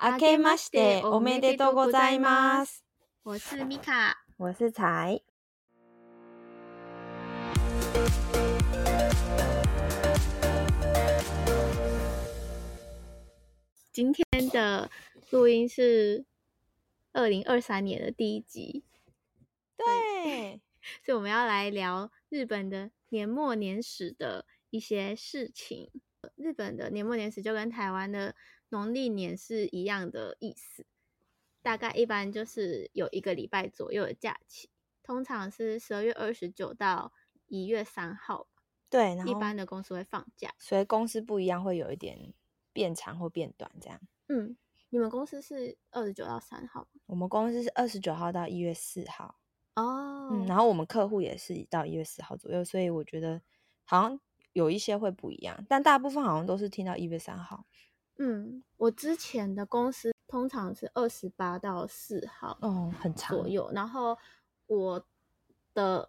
明けましておめでとうございます。我是米卡，我是才。今天的录音是二零二三年的第一集，对，所以我们要来聊日本的年末年始的一些事情。日本的年末年始就跟台湾的农历年是一样的意思，大概一般就是有一个礼拜左右的假期，通常是十二月二十九到一月三号，对，然后一般的公司会放假。所以公司不一样，会有一点变长或变短这样。嗯，你们公司是二十九到三号吗我们公司是二十九号到一月四号，哦嗯，然后我们客户也是到一月四号左右，所以我觉得好像有一些会不一样，但大部分好像都是听到一月三号。嗯，我之前的公司通常是二十八到四号哦，很长左右，然后我的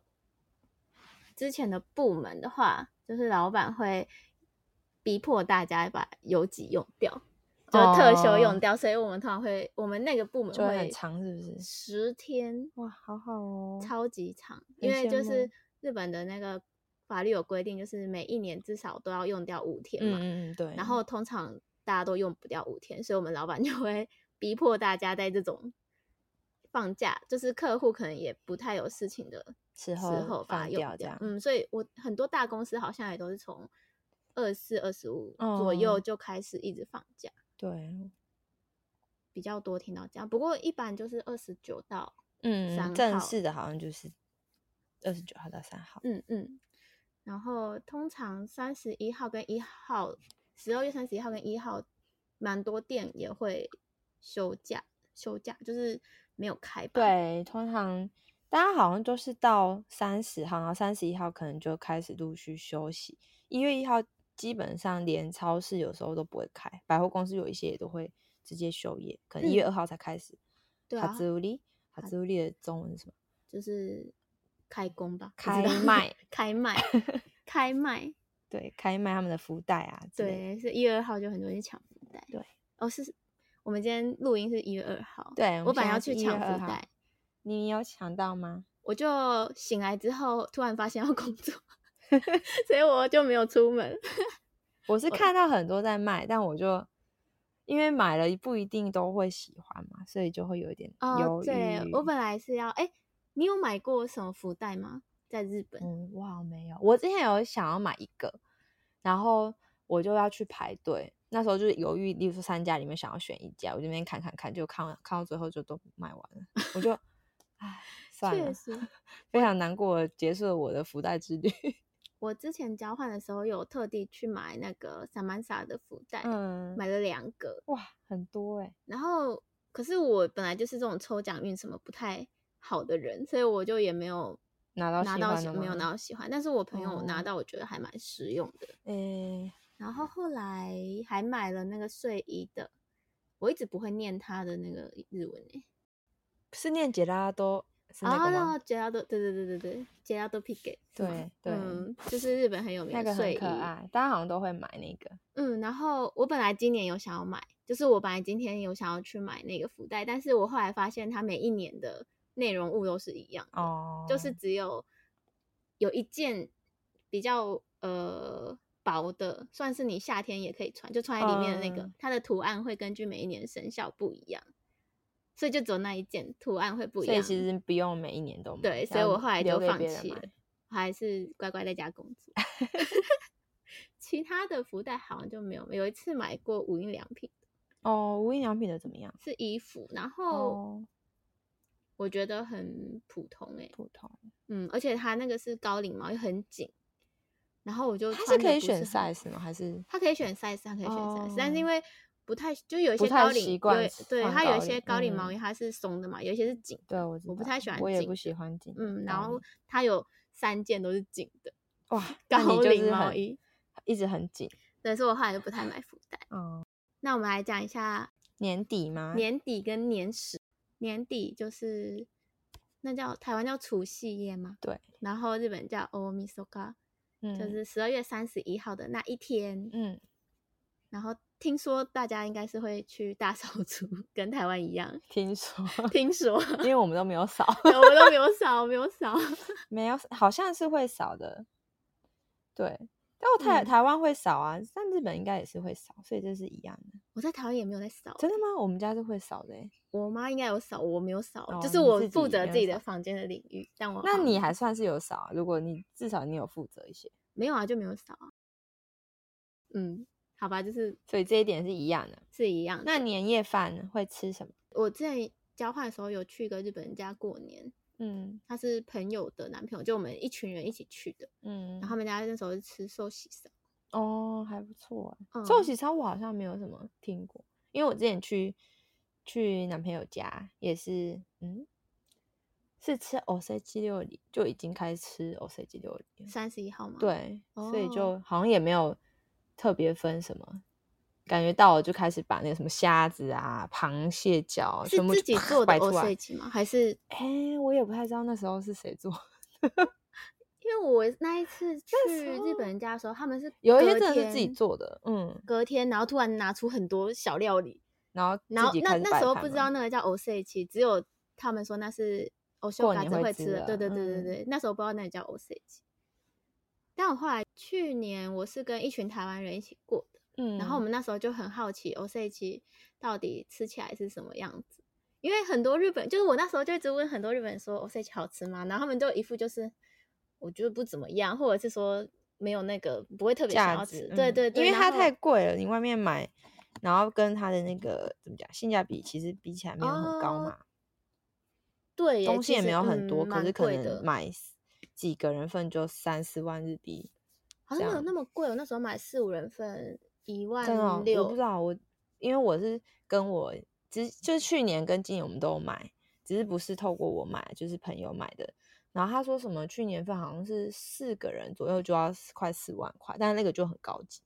之前的部门的话，就是老板会逼迫大家把邮寄用掉，就是特休用掉，所以我们通常会，我们那个部门哦就会会很长，是不是？十天，哇，好好哦，超级长，很因为就羡是慕日本的那个法律有规定，就是每一年至少都要用掉五天嘛，嗯嗯嗯，对。然后通常大家都用不掉五天，所以我们老板就会 逼迫大家在这种放假，就是客户可能也不太有事情的时时候候把放它用掉这样，嗯，所以我很多大公司好像也都是从二四、二十五左哦右就开始一直放假，对，比较多听到这样。不过一般就是二十九到嗯， 3正号式的好像就是二十九号到三号，嗯嗯，然后通常三十一号跟一号，十二月三十一号跟一号，蛮多店也会休假，休假就是没有开吧。，对，通常大家好像都是到三十号，然后三十一号可能就开始陆续休息。一月一号基本上连超市有时候都不会开，百货公司有一些也都会直接休业，可能一月嗯二号才开始。对哈啊兹乌利，哈兹乌利的中文是什么？就是开工吧，不开知道卖， 开卖，开卖。对，开卖他们的福袋啊之类的。对，是一月二号就很多人去抢福袋。对，哦，是我们今天录音是一月二号，对，我们本现来在要是去1月抢2福号袋，，你有抢到吗？我就醒来之后突然发现要工 作，所以我就没有出门。我呃是看到很多在卖，但我就因为买了不一定都会喜欢嘛，所以就会有一点哦犹，豫。对，我本来是要，哎、你有买过什么福袋吗？在日本？嗯，我好像没有。我之前有想要买一个，然后我就要去排队。那时候就是犹豫，例如说三家里面想要选一家，我这边看看看，就看完看到最后就都卖完了，我就唉算了确，实，非常难过，结束了我的福袋 之旅。我之前交换的时候有特地去买那个萨曼莎的福袋，嗯，买了两个。哇，很多哎、然后，可是我本来就是这种抽奖运什么不太好的人，所以我就也没有拿到拿喜到欢喜的没有吗拿到喜欢，但是我朋友拿哦到，我觉得还蛮实用的。诶、然后后来还买了那个睡衣的，我一直不会念它的那个日文诶、欸是念杰拉多是那个吗？哦，杰拉多，对对对对对，杰拉多 p i g 对对嗯，就是日本很有名那的个睡很衣。可爱，大家好像都会买那个。嗯，然后我本来今年有想要买，就是我本来今天有想要去买那个福袋，但是我后来发现它每一年的内容物都是一样的，哦，就是只有有一件比较呃薄的，算是你夏天也可以穿，就穿在里面的那个，嗯它的图案会根据每一年的生肖不一样，所以就只有那一件图案会不一所样。以其实不用每一年都买。对，所以然后我后来就留给放别人弃买了，我还是乖乖在家工作。 其他的福袋好像就没有，有一次买过无印良品哦，无印良品的怎么样？是衣服，然后哦，我觉得很普通哎、普通。嗯，而且它那个是高领毛，又很紧，然后我就它是穿可得以不选很 size 吗？还是它可以选 size，它可以选 size，、但是因哦为不太就有一不些太高领习有惯一对穿它有一高些领高领毛嗯衣它是松的嘛，有一些是紧的，对我知道，我不太喜欢我也紧不喜的欢紧的高领。嗯，然后它有三件都是紧的，哇，那你 高就领是毛很衣，一直很紧。对，所以我后来就不太买福袋。哦，啊那我们来讲一下年底吗？年底跟年始。年底就是那叫台湾叫除夕夜嘛，对，然后日本叫 o m i s o k a 嗯 就是十二月三十一号的那一天。嗯，然后听说大家应该是会去大扫除，跟台湾一 样。听说，听说，因为我们都没有 扫，我们都没有扫，没有扫。没有，好像是会扫的。对，但我台、嗯台湾会扫啊，但日本应该也是会扫，所以这是一样的。我在台湾也没有在扫，真的吗？我们家是会扫的、欸。我妈应该有扫，我没有扫，哦就是你我自己负责没有自己的扫房间的领域。但我那好你还算是有扫啊，如果你至少你有负责一些，没有啊，就没有扫啊。嗯，好吧，就是所以这一点是一样的。是一样的。那年夜饭会吃什么？我之前交换的时候有去一个日本人家过年，嗯他是朋友的男朋友，就我们一群人一起去的。嗯，然后他们家那时候是吃寿喜烧，哦，还不错欸。嗯寿喜烧我好像没有什么听过，因为我之前去去男朋友家也是，嗯，是吃 o C G 料理就已经开始吃 o C G 料理了。三十一号吗？，对，所以哦就好像也没有特别分什么，感觉到了就开始把那个什么虾子啊、螃蟹脚啊是全部自就己啪做的摆出 o 来 c。g 吗？还 是哎、我也不太知道那时候是谁做， 因为我那一次去时日候本人家的时候，他们是有一些隔真的是自己天，做的，嗯，隔天然后突然拿出很多小料理，然后然后自己那开始那时摆候盘不知嘛道那个叫 o c g 只有他们说那是 o s h o 过 g a 年只会会吃吃的，对的对对对嗯对，那时候不知道那里叫 o c g 但我后来去年我是跟一群台湾人一起过的，嗯，然后我们那时候就很好奇 o c g 到底吃起来是什么样子。因为很多日本，就是我那时候就一直问很多日本人说 o c g 好吃吗？然后他们就一副就是我觉得不怎么样，或者是说没有那个不会特别想价要值吃。，对嗯对对，因为然它后太贵了，你外面买，然后跟它的那个怎么讲，性价比其实比起来没有很高哦嘛，对耶，东其西也没实有很嗯多，可蛮是可贵的能买几个人份就三四万日币，好像没这有样那么贵，我那时候买四五人份一万真的哦六，我不知道我，因为我是跟我只就是去年跟今年我们都有买，只是不是透过我买，就是朋友买的。然后他说什么去年份好像是四个人左右就要快四万块，但是那个就很高级，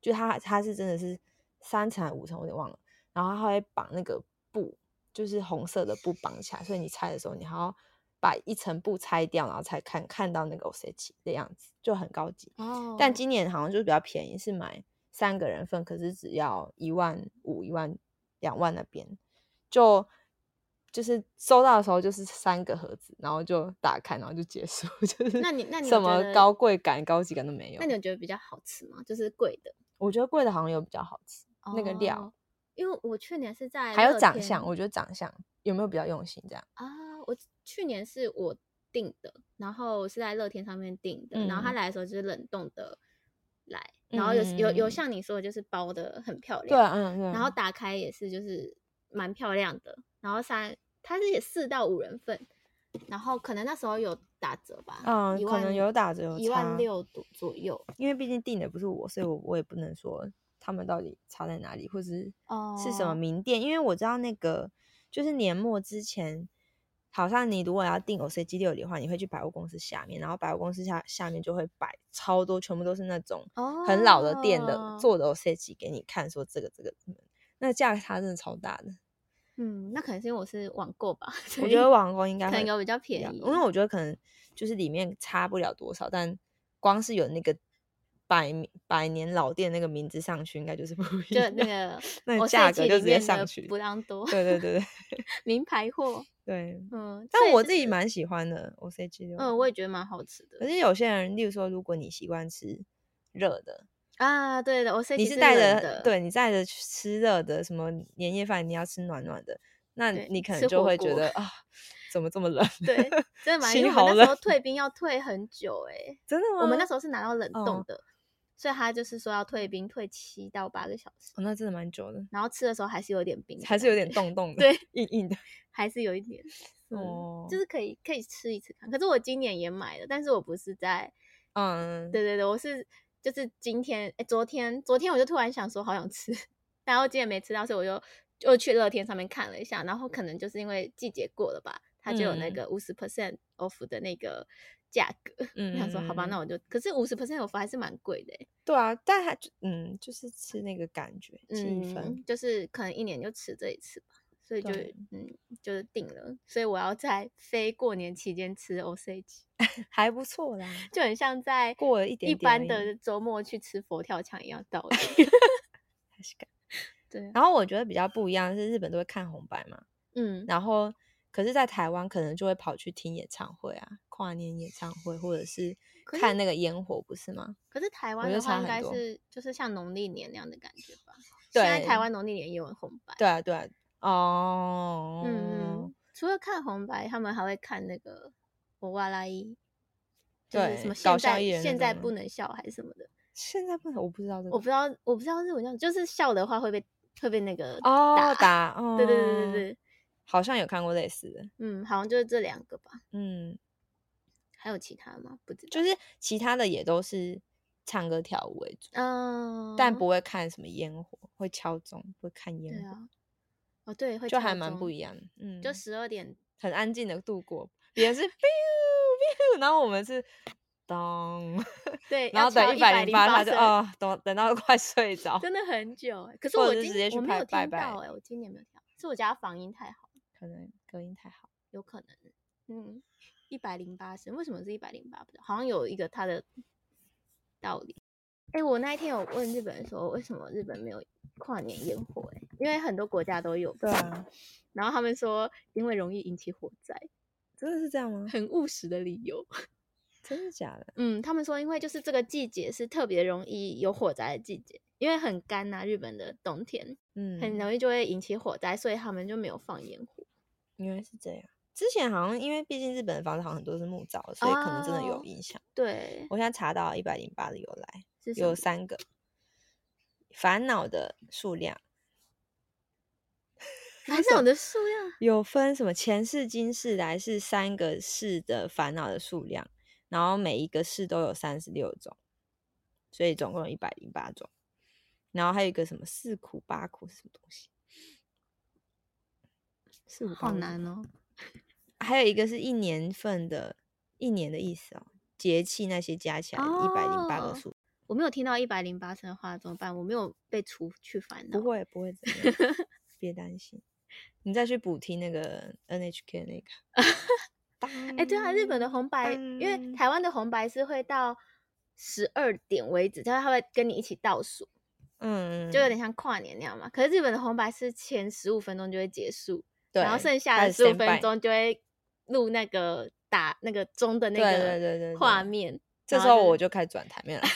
就他他是真的是三层还是五层我有点忘了，然后他会绑那个布，就是红色的布绑起来，所以你拆的时候你还要把一层布拆掉，然后才看看到那个 o s e c 的样子，就很高级。哦，但今年好像就是比较便宜，是买三个人份，可是只要一万五、一万、两万那边，就就是收到的时候就是三个盒子，然后就打开，然后就结束， 就是那你那你有什觉么得高贵感、高级感都没有。那你有觉得比较好吃吗？就是贵的、我觉得贵的好像有比较好吃，那个料哦，因为我去年是在还有乐长天相，我觉得长相有没有比较用心这样？啊，我去年是我订的，然后我是在乐天上面订的，然后他嗯来的时候就是冷冻的来，然后有有有嗯像你说的，就是包的很漂对亮，啊，嗯，对啊。然后打开也是就是蛮漂亮的，然后三它是也四到五人份，然后可能那时候有打折吧，嗯一可能万有打折有一万差六左左右，因为毕竟订的不是我，所以我我也不能说他们到底差在哪里，或是是什哦么名店。因为我知道那个就是年末之前，好像你如果要订 OCG 六里的话，你会去百货公司下面，然后百货公司下下面就会摆超多，全部都是那种哦很老的店的、做的 OCG 给你看，说这个这个，嗯那价差真的超大的。嗯，那可能是因为我是网 购吧，所我以觉得网购应该可能会有比较便宜，因为我觉得可能就是里面差不了多少，但光是有那个百名百年老店那个名字上去，应该就是不一就样。那个那我价格设计就里直接面的上去不当多，对对对对 名牌货，对，嗯，所但以我就自己是蛮喜欢的 O C G 六。嗯，我也觉得蛮好吃可 的是有些人，例如说，如果你习惯吃热的，啊，对的，我设你计是带着冷的对你带着去吃热的，什么年夜饭你要吃暖暖的，那对你可吃能就火会觉锅得啊，怎么这么冷？ 对，真的蛮，心因为我好们那 时冷候退兵要退很久哎、 真的吗？我们那时候是拿到冷哦冻的，所以他就是说要退兵退七到八个小时，哦，那真的蛮久的，然后吃的时候还是有点冰的感觉，还是有 点冻冻的，对，硬硬的。还是有一点，嗯，哦就是可以可以吃一次看。可是我今年也买了，但是我不是在，嗯，对对对，我是就是今天，哎、昨天昨天我就突然想说好想吃， 然后今天没吃到，所以我就又去乐天上面看了一下，然后可能就是因为季节过了吧，它就有那嗯个五十 percent off 的那个价格，我想说好吧，那我我就，可是五十 percent off 还是蛮贵的、欸。嗯对啊，但还就嗯，就是吃那个感觉气氛，嗯，就是可能一年就吃这一次吧，所以就对嗯就是定了，所以我要在非过年期间吃 O C G，还不错啦。就很像在过了一点一点而已 般的周末去吃佛跳墙一样道理。か对啊，然后我觉得比较不一样的是，日本都会看红白嘛，嗯，然后可是，在台湾可能就会跑去听演唱会啊，跨年演唱会，或者是可看是那个烟火，不是吗？可是台我湾觉的得差话，应很该多是就是像农历年那样的感觉吧。现在对台湾农历年也有红白，对啊，对啊，哦，嗯嗯，除了看红白，他们还会看那个我哇啦伊，就是什对么搞现笑在艺人那现在种吗不能笑还是什么的，现在不能，我不知道这我个不知道我不知道日文叫，就是笑的话会被会被那个哦，打，打，哦、对对对对对，好像有看过类似的，嗯，好像就是这两个吧，嗯，还有其他吗？不知道，就是其他的也都是唱歌跳舞为主，嗯，但不会看什么烟火，会敲钟，不会看对烟火，啊，哦对，会就敲还蛮不钟一样的，嗯，就十二点很安静的度过，别人是 biu biu，然后我们是咚， 对，然要后等敲一百108零八他就声哦，等等到快睡着，真的很久哎、可是或我者是今直接去我没拍有拜听拜到哎、我今年没有听到，是我家防音太好，可能隔音太好，有可能，嗯，一百零八声，为什么是一百零八？不知道，好像有一个它的道理。哎、我那一天有问日本人说，为什么日本没有跨年烟火、欸？因为很多国家都有，对啊，然后他们说，因为容易引起火灾，真的是这样吗？很务实的理由。真的假的？嗯，他们说，因为就是这个季节是特别容易有火灾的季节，因为很干呐、日本的冬天。嗯，很容易就会引起火灾，所以他们就没有放烟火。原来是这样。之前好像因为毕竟日本的房子好像很多是木造的，所以可能真的有哦影响。对，我现在查到一百零八的由来，是什有么三个：烦恼的数量烦恼啊的数量，有分什么前世、今世、来世三个世的烦恼的数量，然后每一个世都有三十六种，所以总共有一百零八种。然后还有一个什么四苦八苦是什么东西？四苦八好苦是什么难哦。还有一个是一年份的，一年的意思哦，节气那些加起来一百零八个哦数，我没有听到一百零八声的话怎么办？我没有被除去烦恼。不会不会怎么 样，别担心，你再去补听那个 NHK 那个。哎、对啊，日本的红白，因为当台湾的红白是会到十二点为止，但是他会跟你一起倒数，嗯，就有点像跨年那样嘛。可是日本的红白是前十五分钟就会结束，对，然后剩下开的始十五 stand by 分，钟就会录那个打那个钟的那对对对对个画对面。这然时后候就我是就开始转台面 了，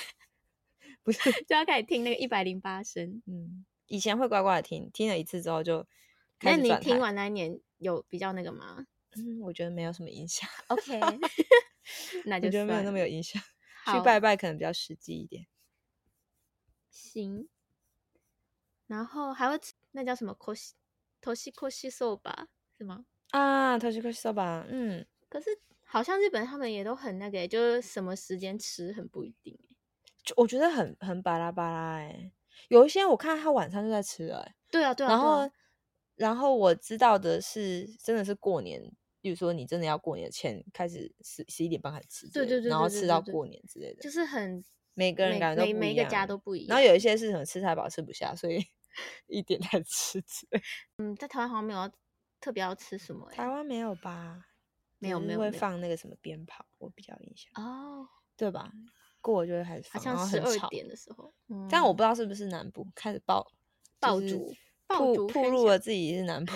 不是，就要开始听那个一百零八声。嗯，以前会乖乖的听，听了一次之后就开那始你转听台，完那一年有比较那个吗嗯，我觉得没有什么影响， ？OK，那 我就觉得没有算那么有了影响， 去好拜拜可能比较实际一点。行。然后还会吃那叫什么 cos toshi koshi soba 是吗？啊，头西克西烧吧，嗯，可是好像日本他们也都很那个耶，欸就是什么时间吃很不一定欸耶。就我觉得很很巴拉巴拉哎、有一些我看他晚上就在吃了、欸，对啊，对啊。然对啊后然后我知道的是，真的是过年，比如说你真的要过年前开始十十一点半开始吃之类对的，对对然对后对吃对到对过年之类的，就是很每个人每感觉都每不每一一个样家都不一样。然后有一些是什么吃太饱吃不下，所以 一点才吃之类的。嗯，在台湾好像没有要特别要吃什么耶。欸台湾没有吧？没只有没是有会没有放那个什么鞭炮，我比较有印象，哦，对吧？过就会开始好放，然像后十很二吵点的时候。但我嗯不知道是不是南部开始爆爆就是竹爆曝竹曝分露享了自己是南部。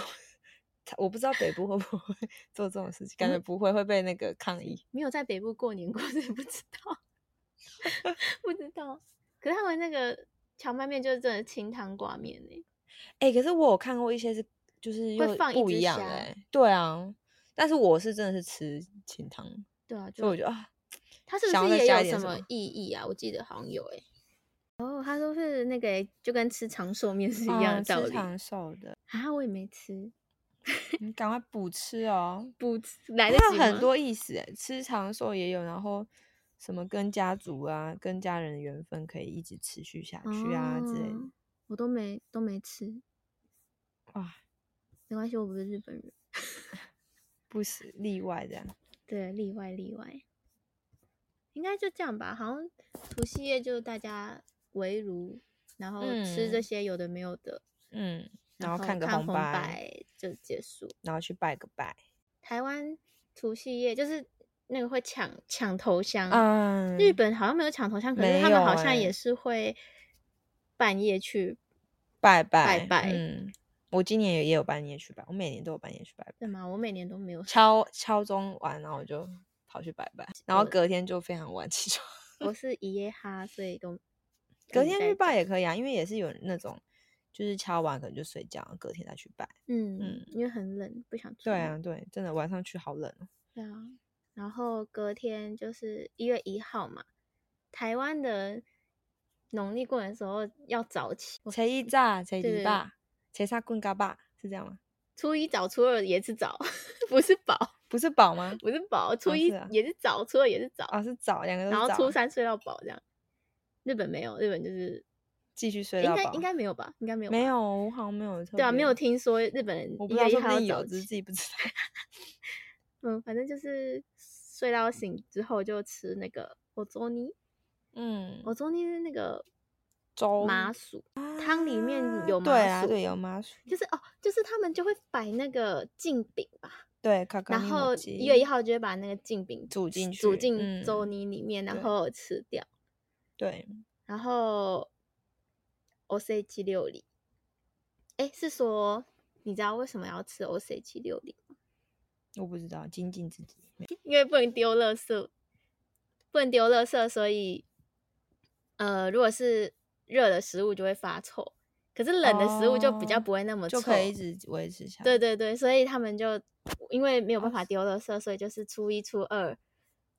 他我不知道北部会不会 做这种事情，感觉不会会被那个抗议。没有在北部过年过，所以不知道， 不知道。可是他们那个荞麦面就是真的清汤挂面哎、哎、可是我有看过一些是就是又放一不只一样的、虾欸，对啊。但是我是真的是吃清汤，对啊，所以我就觉得啊，他是想不要再是也加一有点什什么么意义啊？我记得好像有哎、哦，他说是那个欸、就跟吃长寿面是一样的嗯道吃理、长寿的，啊，我也没吃，你赶快补吃哦。不吃来得它有及很吗多意思欸，吃长寿也有，然后什么跟家族啊、跟家人的缘分可以一直持续下去啊之类的。哦我都没都没吃，哇，没关系，我不是日本人，不是例外这样。对，例外例外，应该就这样吧。好像除夕夜就大家围炉，然后吃这嗯些有的没有的，嗯，然后后看个红红就结束。然后去拜个拜。台湾除夕夜就是那个会抢抢头香，嗯，欸日本好像没有抢头香，可没是他们有好像也欸是会半夜去拜拜拜拜嗯，我今年也也有半夜去拜，我每年都有半夜去拜拜，对吗？我每年都没有上，敲敲钟完，然后我就跑去拜拜，然后隔天就非常晚起床，我是一夜哈，所以都隔没天在去拜讲也可以啊，因为也是有那种就是敲完可能就睡觉，隔天再去拜。嗯嗯因为很冷，不想出对门啊，对，真的晚上去好冷哦。对啊，然后隔天就是一月一号嘛，台湾的农历过年的时候要早起，初一炸，初哦二对吧，初三棍嘎吧，是这样吗？初一早，初二也是早， 不是饱，不是饱 吗？不是饱，初一是啊也是早，初二也是早，啊，是早，两个都是然后早初啊三睡到饱这样。日本没有，日本就是继续睡应到该饱应该没有吧？应该没有吧，没有，我好像没有特对啊，没别有听说日本人我不知一道月一说不号定要有，早只是起自。己不知道。嗯，反正就是睡到醒之后就吃那个欧洲泥，嗯，欧洲泥是那个粥麻薯，汤里面有麻对嗯啊，薯对，有麻薯，就是哦，就是他们就会摆那个镜饼吧，对，卡卡然尼摩后鸡一月一号就会把那个镜饼煮进煮去进嗯粥泥里面，然对后吃掉，对，然后 O C G 六里，哎，是说你知道为什么要吃 O C G 六里？我不知道，精进自己。因为不能丢垃圾，不能丢垃圾，所以呃，如果是热的食物就会发臭，可是冷的食物就比较哦不会那么臭，就可以一直维持下来。对对对，所以他们就因为没有办法丢垃圾，所以就是初一、初二、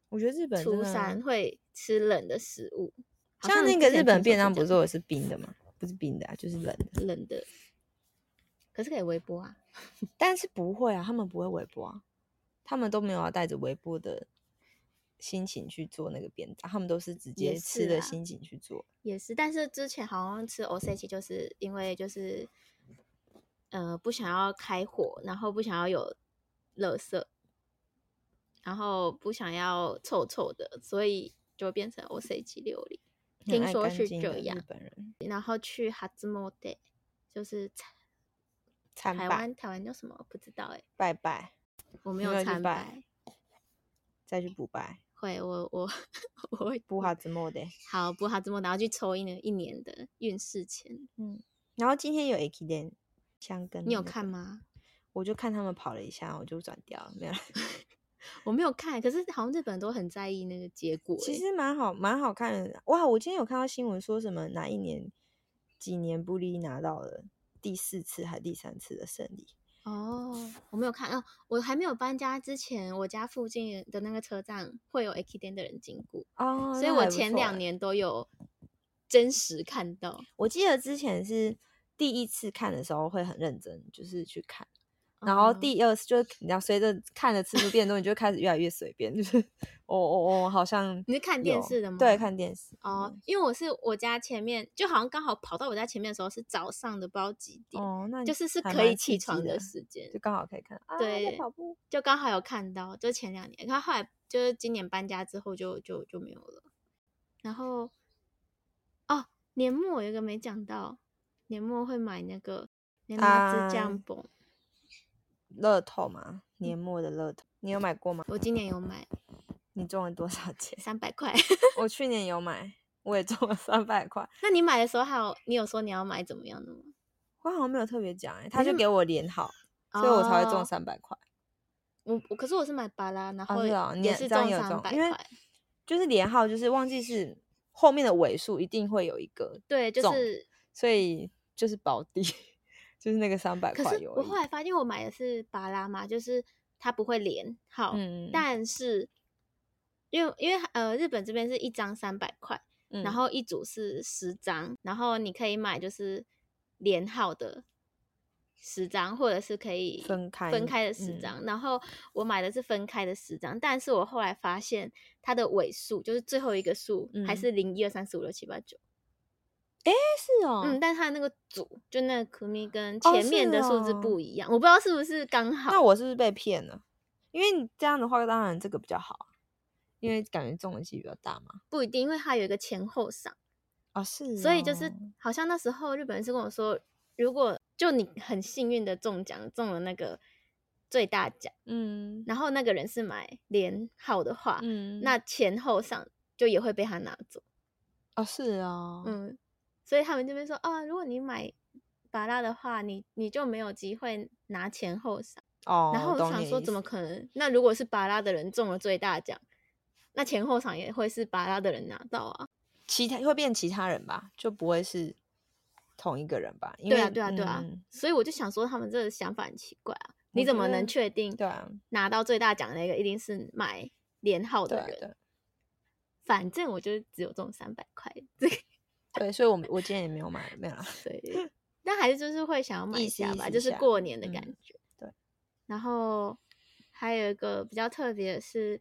我觉得日本真初的三会吃冷的食物，好像那之个前日本听说便当不这是样我是冰的吗？不是冰的、啊，就是冷的。冷的，可是可以微波啊。但是不会啊，他们不会微波啊，他们都没有要带着微波的心情去做那个便当，他们都是直也接吃是的啊心情去做。也是，但是之前好像吃 o s e i 就是因为就是，呃，不想要开火，然后不想要有垃圾，然后不想要臭臭的，所以就变成 o s e i 料理。很听爱说干是净这的日样本人然后去 h a z m o d a 就是参参台拜湾台湾叫什么？不知道哎、拜拜，我没你有没有去参拜拜。再去补拜，会，我我我会补哈子莫的。好不哈兹莫，然后去抽一年一年的运势签，然后今天有 A K D 香根，你有看？吗？我就看他们跑了一下，我就转掉了，没有啦。我没有看，可是好像日本人都很在意那个结果欸、其实蛮好，蛮好看的。哇，我今天有看到新闻说什么哪一年几年布利拿到了第四次还第三次的胜利，哦，我没有看哦，我还没有搬家之前，我家附近的那个车站会有 X 店的人经过，哦所以那我还不前错两欸，年都有真实看到。我记得之前是第一次看的时候会很认真，就是去看，然后哦第二次就是你知道，随着看的次数变多，你就开始越来越随便，就是哦哦哦，好像你是看电有视的吗对，看电视哦，因为我是我家前面，就好像刚好跑到我家前面的时候是早上的，不知道几嗯点，哦，那就是是还可蛮以刺起激床的的啊时间，就刚好可以看啊，在对跑步。就刚好有看到，就前两年，然后后来就是今年搬家之后就就就没有了。然后哦，年末有一个没讲到，年末会买那个年末啊之酱崩，乐嗯透嘛，年末的乐透，你有买过吗？我今年有买？你中了多少钱 三百块。 我去年有买，我也中了三百块。那你买的时候还有你有说你要买怎么样的吗？我好像没有特别讲哎、他是就给我连好，所以我才会中哦三百块。我我可是我是买巴拉，然啊，后是哦，你也也是这样中也有三中百，因为块，就是连号，就是忘记是后面的尾数一定会有一个，对，就中是。所以就是保底， 就是那个三百可块是有而已。我后来发现我买的是巴拉嘛，就是它不会连号，嗯但是因为因为呃日本这边是一张三百块，嗯然后一组是十张，然后你可以买就是连号的十张，或者是可以分开分开的十嗯张。然后我买的是分开的十张，但是我后来发现它的尾数就是最后一个数、还嗯是零一二三四五六七八九，是哦，嗯，但是它那个组就那个 kumi 跟哦前面是的数字哦不一样，我不知道是不是刚好。那我是不是被骗了？因为你这样的话，当然这个比较好啊，因为感觉中的几率比较大嘛。不一定，因为它有一个前后赏，哦，是所以就是哦好像那时候日本人是跟我说，如果就你很幸运的中奖中了那个最大奖，嗯然后那个人是买连号的话，嗯那前后赏就也会被他拿走。哦是哦，嗯哦嗯，所以他们这边说啊，如果你买巴拉的话，你你就没有机会拿前后赏。哦，然后我就懂想你的说，意怎么思可能？那如果是巴拉的人中了最大奖，那前后场也会是巴拉的人拿到啊？其他会变其他人吧，就不会是同一个人吧？因为对啊，对啊，对啊。嗯所以我就想说，他们这个想法很奇怪啊！你我怎觉么能得确定对啊，拿到最大奖的那个一定是买连号对的啊人？对啊反正我就只有中三百块，对对，所以我我今天也没有买，没有 啦。 对。但还是就是会想要买意一思下意吧，思一就是下过年的感嗯觉。对。然后还有一个比较特别的是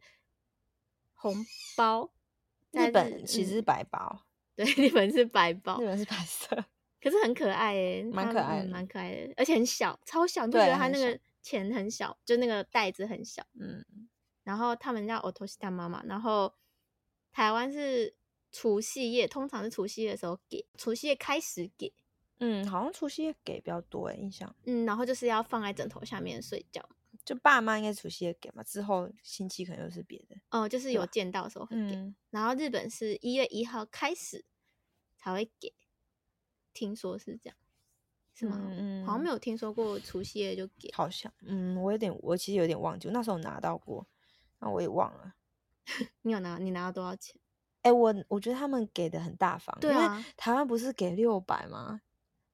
红包，在日本其实是嗯白包，对， 日本是白包日，本是白 色，可是很可爱耶、嗯蛮它可爱嗯的蛮、可爱的，而且很小，超小，你就觉对得它很那个钱很小，就那个袋子很小。嗯，然后他们叫 o t o s h i 妈妈，然后台湾是除夕夜，通常是除夕夜的时候给，除夕夜开始给，嗯，好像除夕夜给比较多欸诶，印象嗯，然后就是要放在枕头下面睡觉，就爸妈应该除夕夜给嘛，之后星期可能又是别的，哦、就是对有吧见到的时候会给。嗯，然后日本是一月一号开始才会给，听说是这样，是吗？嗯好像没有，有听说过除夕夜就给，好像，嗯，我有点，我其实有点忘记，我那时候拿到过，那我也忘了。你有拿？你拿到多少钱？哎、我我觉得他们给的很大方，对因啊为台湾不是给六百吗？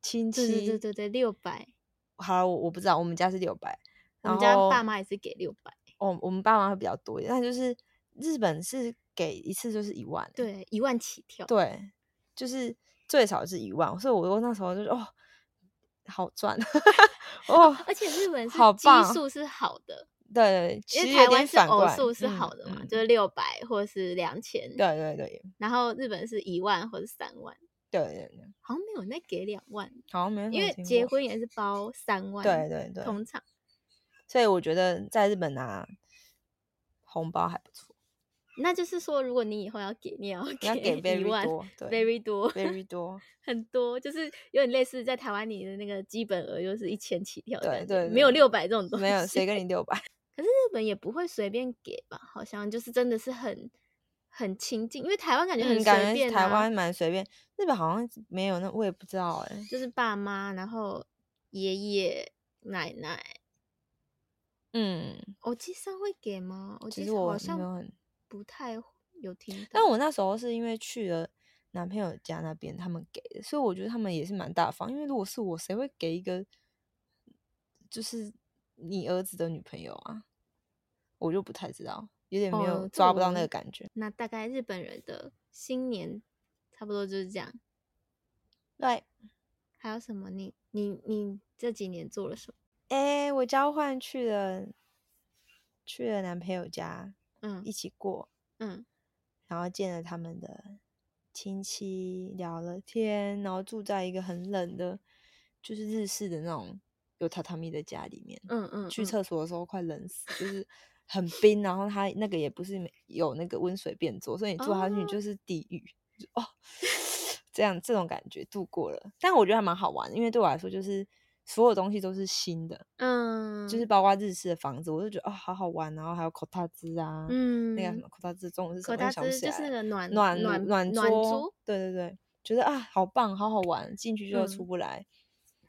亲戚，对对对对对，六百。好了，我我不知道，我们家是六百，我然们家后爸妈也是给六百，我我们爸妈会比较多一点，但就是日本是给一次就是一万欸、对，一万起跳。对，就是最少是一万，所以我我那时候就是哦，好赚 哦，而且日本是好基棒数是好的，对对，其因实为有台点湾是反过偶来数是嗯好的嘛，嗯就是六百或是两千，对对对然后日本是一万或是三万，对对对，好像没有人在给两万，好像没什因么为听结过婚也是包三万，对对对，通常所以我觉得在日本拿红包还不 错，那就是说，如果你以后要给，你也要 你要给一 very 万多，对 very 多 very 多，很多，就是有点类似在台湾你的那个基本额就是一千起跳的对感觉，对没有对六百这种东西，没有谁跟你六百，可是日本也不会随便给吧？好像就是真的是很很亲近，因为台湾感觉 很嗯，随感觉便、啊台湾蛮随便，日本好像没有，那我也不知道哎、就是爸妈，然后爷爷奶奶，嗯，我记上会给吗？我其记实上我好没有像很不太有听到，但我那时候是因为去了男朋友家那边，他们给的，所以我觉得他们也是蛮大方。因为如果是我，谁会给一个就是你儿子的女朋友啊？我就不太知道，有点没有、哦这抓不到我那个感觉。那大概日本人的新年差不多就是这样。对，还有什么你？你你这几年做了什么？哎、我交换去了去了男朋友家嗯一起过，嗯，然后见了他们的亲戚，聊了天，然后住在一个很冷的，就是日式的那种有榻榻米的家里面。嗯嗯，去嗯厕所的时候快冷死，就是很冰，然后它那个也不是没有那个温水便座，所以你坐下去你哦就是地狱，就哦， 这样这种感觉度过了。但我觉得还蛮好玩的，因为对我来说就是所有东西都是新的，嗯，就是包括日式的房子，我就觉得哦好好玩，然后还有口塔兹啊，嗯那个什么口塔兹中文是什可么？我也达想不兹起就是来那了个暖暖暖炉暖暖桌，对对对，觉得啊好棒，好好玩，进去就出嗯不来、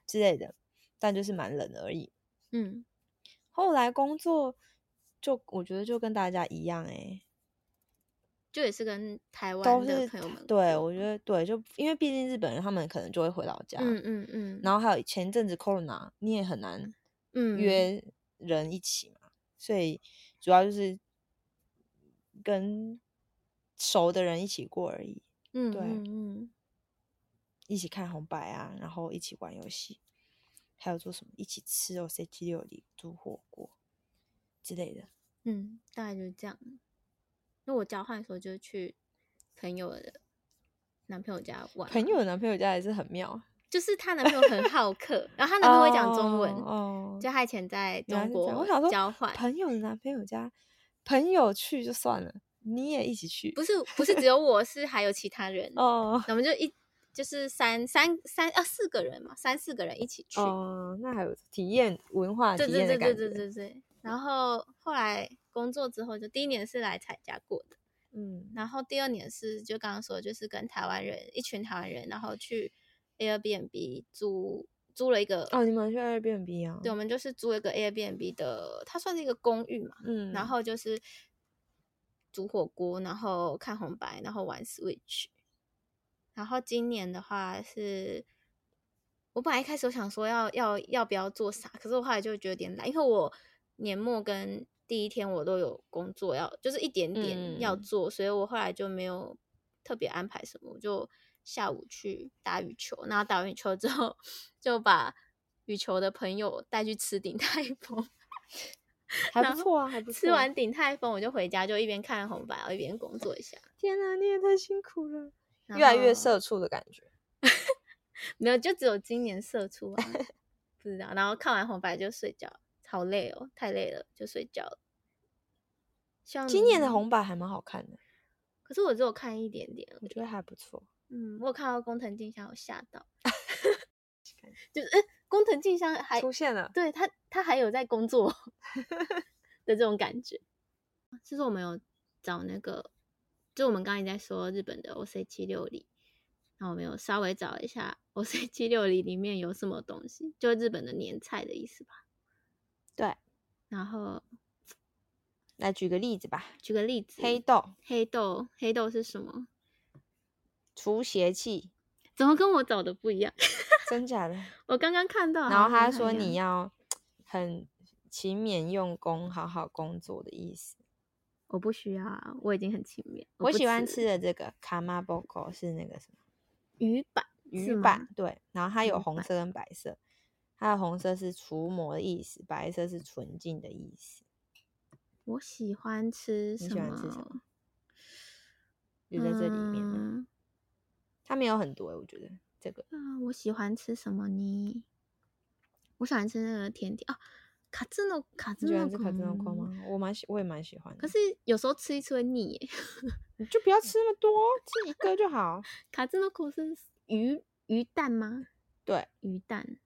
之类的，但就是蛮冷而已。嗯，后来工作就我觉得就跟大家一样哎、就也是跟台都湾的是朋友们对过我觉得对，就因为毕竟日本人他们可能就会回老家，嗯嗯嗯，啊然后还有前阵子 corona 你也很难嗯约人一起嘛，所以主要就是跟熟的人一起过而已，嗯对嗯嗯，一起看红白啊，然后一起玩游戏，还有做什么一起吃哦 C T 六里煮火锅之类的，嗯，大概就是这样。那我交换的时候就去朋友的男朋友家玩嘛，朋友的男朋友家也是很妙。啊就是她男朋友很好客，然后她男朋友会讲中文，哦，就哦她以前在原来中是这样我国想说交换，朋友的男朋友家，朋友去就算了，你也一起去，不是不是只有我是还有其他人，哦我们就一就是三三三啊四个人嘛，三四个人一起去，哦，那还有体验文化对啊体对验的对对感对觉，对对。然后后来工作之后，就第一年是来彩家过的，嗯，然后第二年是就刚刚说，就是跟台湾人一群台湾人，然后去 Airbnb 租租了一个哦，你们去 Airbnb 啊？对，我们就是租了一个 Airbnb 的，它算是一个公寓嘛，嗯，然后就是煮火锅，然后看红白，然后玩 Switch。然后今年的话是，我本来一开始我想说要要要不要做啥，可是我后来就觉得有点懒，因为我年末跟第一天我都有工作要，就是一点点要嗯做，所以我后来就没有特别安排什么，我就下午去打羽球，然后打完羽球之后 就把羽球的朋友带去吃鼎泰丰。还然不后错啊，还不错。吃完鼎泰丰，我就回家，就一边看红白，然后一边工作一下。天哪，你也太辛苦了，然越来越后社畜的感觉。没有，就只有今年社畜 啊，不知道。然后看完红白就睡觉，好累哦，太累了，就睡觉了。希望今年的明红，白还蛮好看的，可是我只有看一点点而我已。觉得还不错。嗯，我有看到工藤静香，我吓 到， 就是诶工藤静香还出现了，对他，他还有在工 作的这种感觉。就是我们有找那个，就我们刚才在说日本的 O C 七六零，然后我们有稍微找一下 O C 七六零里面有什么东西，就日本的年菜的意思吧。对。然后来举个例子吧，举个例子，黑豆黑豆黑豆是什么？除邪气，怎么跟我找的不一样？ 真假 的？我刚刚看到好然后像不太一样，他说你要很勤勉用功，好好工作的意思。我不需要啊，我已经很勤勉。我不喜欢吃的这个卡玛波狗是那个什么鱼板，是鱼吗板，对，然后它有鱼红板色跟白色，它的红色是除魔的意思，白色是纯净的意思。我喜欢吃你什喜么？欢吃什么？就在这里面啊，嗯它没有很多欸、我觉得这个那我喜欢吃什么呢？我喜欢吃那个甜点啊，卡兹诺卡兹你喜诺欢吃卡兹诺口？吗？我蛮喜，我也蛮喜欢的。可是有时候吃一吃会腻耶。你就不要吃那么多，吃一个就好。卡兹诺口是鱼鱼蛋吗？对，鱼蛋。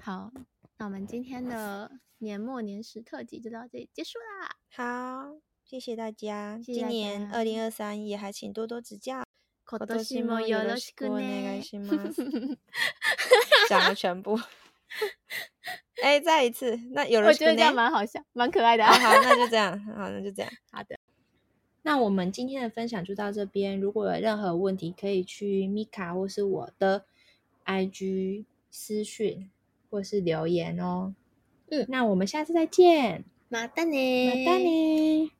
好，那我们今天的年末年始特辑就到这里结束啦。 好，谢谢大家。谢谢今大年家二零二三也还请多多指 教。今年ももよよろろししくくお願いねします。讲了全部。 哎、再一次，那有 我人觉得这样蛮好笑，蛮可爱的、啊，啊。 好，那就这样，好，那就这样，好的。那我们今天的分享就到这边。如果有任何问题，可以去米卡或是我的 IG 私讯或是留言哦。嗯那我们下次再见，马丹呢？马丹。尼。